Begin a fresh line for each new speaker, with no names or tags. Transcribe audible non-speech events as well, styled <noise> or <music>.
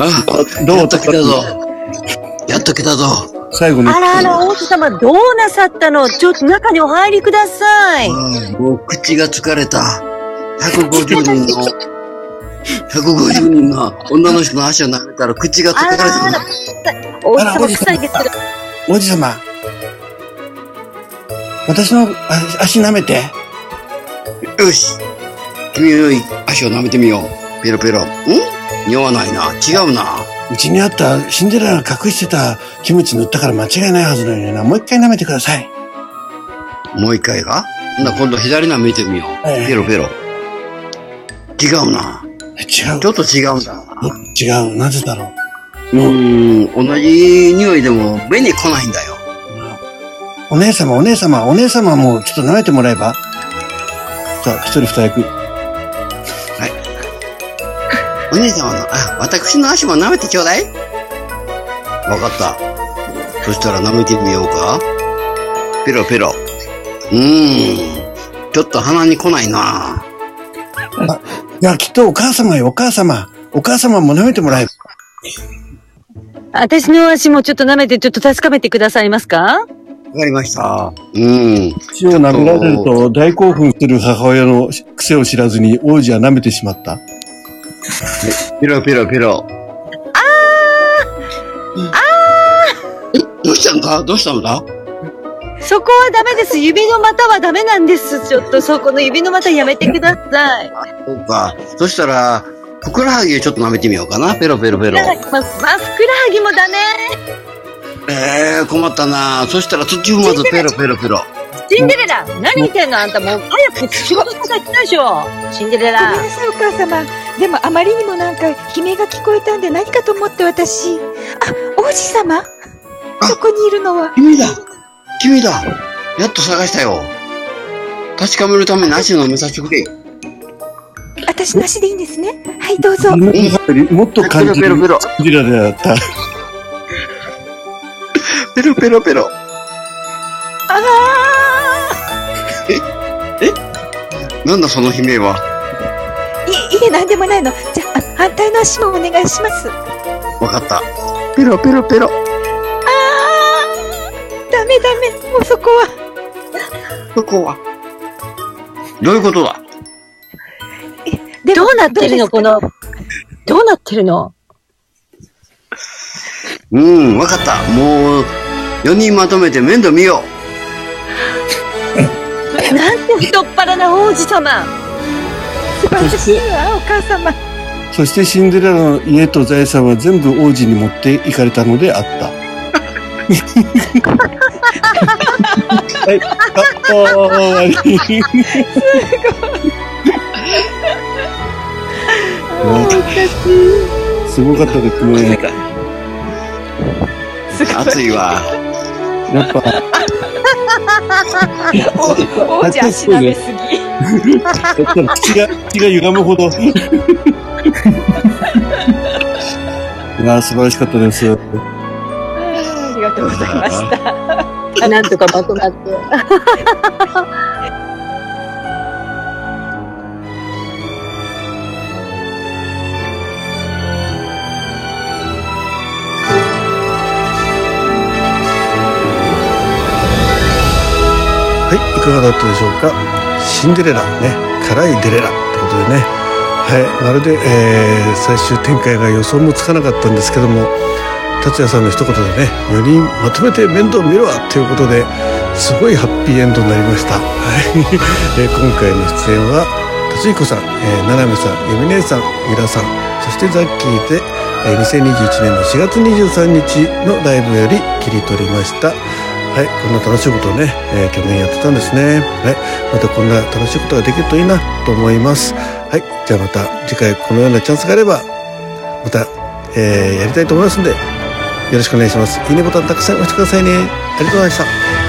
あ
どう
やっと来たぞ。やっと来たぞ。
最後の
あらあら、王子様、どうなさったのちょっと中にお入りください。
もう口が疲れた。150人の、150人の女の人の足を舐めたら口が
あ
疲れ
らあ
た。
ら、王子様臭いですけど。
王子様私の足足舐めて
よし。君の足を舐めてみよう。ペロペロ。ん匂わないな。違うな。
うちにあったシンデレラが隠してたキムチ塗ったから間違いないはずなのになもう一回舐めてください
もう一回がほな今度左舐めてみよう。
ええ
ペロペロ。違うな。
違う
ちょっと違うな。
違うなぜだろ
うーん、同じ匂いでも目に来ないんだよ。
うお姉様お姉様お姉様もちょっと舐めてもらえばさあ一人二役
お姉様の、あ、私の足も舐めてちょうだい。わかった。そしたら舐めてみようか。ペロペロ。うーん、ちょっと鼻に来ないな。
いやきっとお母様よお母様お母様も舐めてもらえば
私の足もちょっと舐めて、ちょっと確かめてくださいますか
わかりました。うん。
口を舐められると大興奮する母親の癖を知らずに王子は舐めてしまった。
ペロペロペロ。あーあーどうしたんだどうしたんだ
そこはダメです。指の股はダメなんです。ちょっとそこの指の股やめてください。
そうか。そしたら、ふくらはぎをちょっと舐めてみようかな。ペロペロペ
い
ロ。
ただきます。まあ、ふくらはぎもダメ。
えー、困ったなそしたら土踏まずペロペロペロ。
シンデレラ、何言ってんのあんたもう早く仕事とか行ったでしょ。シンデレ
ご
ラ
めん。なさいお母様でもあまりにもなんか悲鳴が聞こえたんで何かと思って私あ王子様そこにいるのは
君だ君だやっと探したよ。確かめるために足を舐めさせてくれよ。
私なしでいいんですねはいどうぞ
もっともっと感じ
ペ
る
ロペロ
クジラであった。
ペロペロペロ。
あ
なんだその悲鳴は。
いいいえ何でもないのじゃあ反対の足もお願いします
わかった。ペロペロペロ。
ダメダメもうそこは
そこは。どういうことだ
で
ど
も
うなってるのこの、どうなってるの
うん、わかった。もう、4人まとめて面倒見よ
なんて太っ腹な王子様。
素晴らしいわお母様
そしてシンデレラの家と財産は全部王子に持っていかれたのであった。はい、あ終わり。すごかったですね。
う。熱い <laughs> わ。
やっぱ、
お王子足舐めすぎ
やっぱ口が、口が歪むほど。 <laughs> いやー素晴らしかったです。
ありがとうございました
なんとかまとまって。
はい、いかがだったでしょうか。シンデレラね、辛いデレラってことでね。はい、まるで、えー最終展開が予想もつかなかったんですけども。達也さんの一言でね、4人まとめて面倒見るわということで。すごいハッピーエンドになりました。はい、えー今回の出演は。達彦さん、えー、ななめさん、ゆみねえさん、ゆらさん、そしてザッキーで。えー2021年の4月23日のライブより切り取りました。はい、こんな楽しいことをね、えー去年やってたんですね。はい、またこんな楽しいことができるといいなと思います。はい、じゃあまた次回このようなチャンスがあれば、また、えーやりたいと思いますんで、よろしくお願いします。いいねボタンたくさん押してくださいね。ありがとうございました。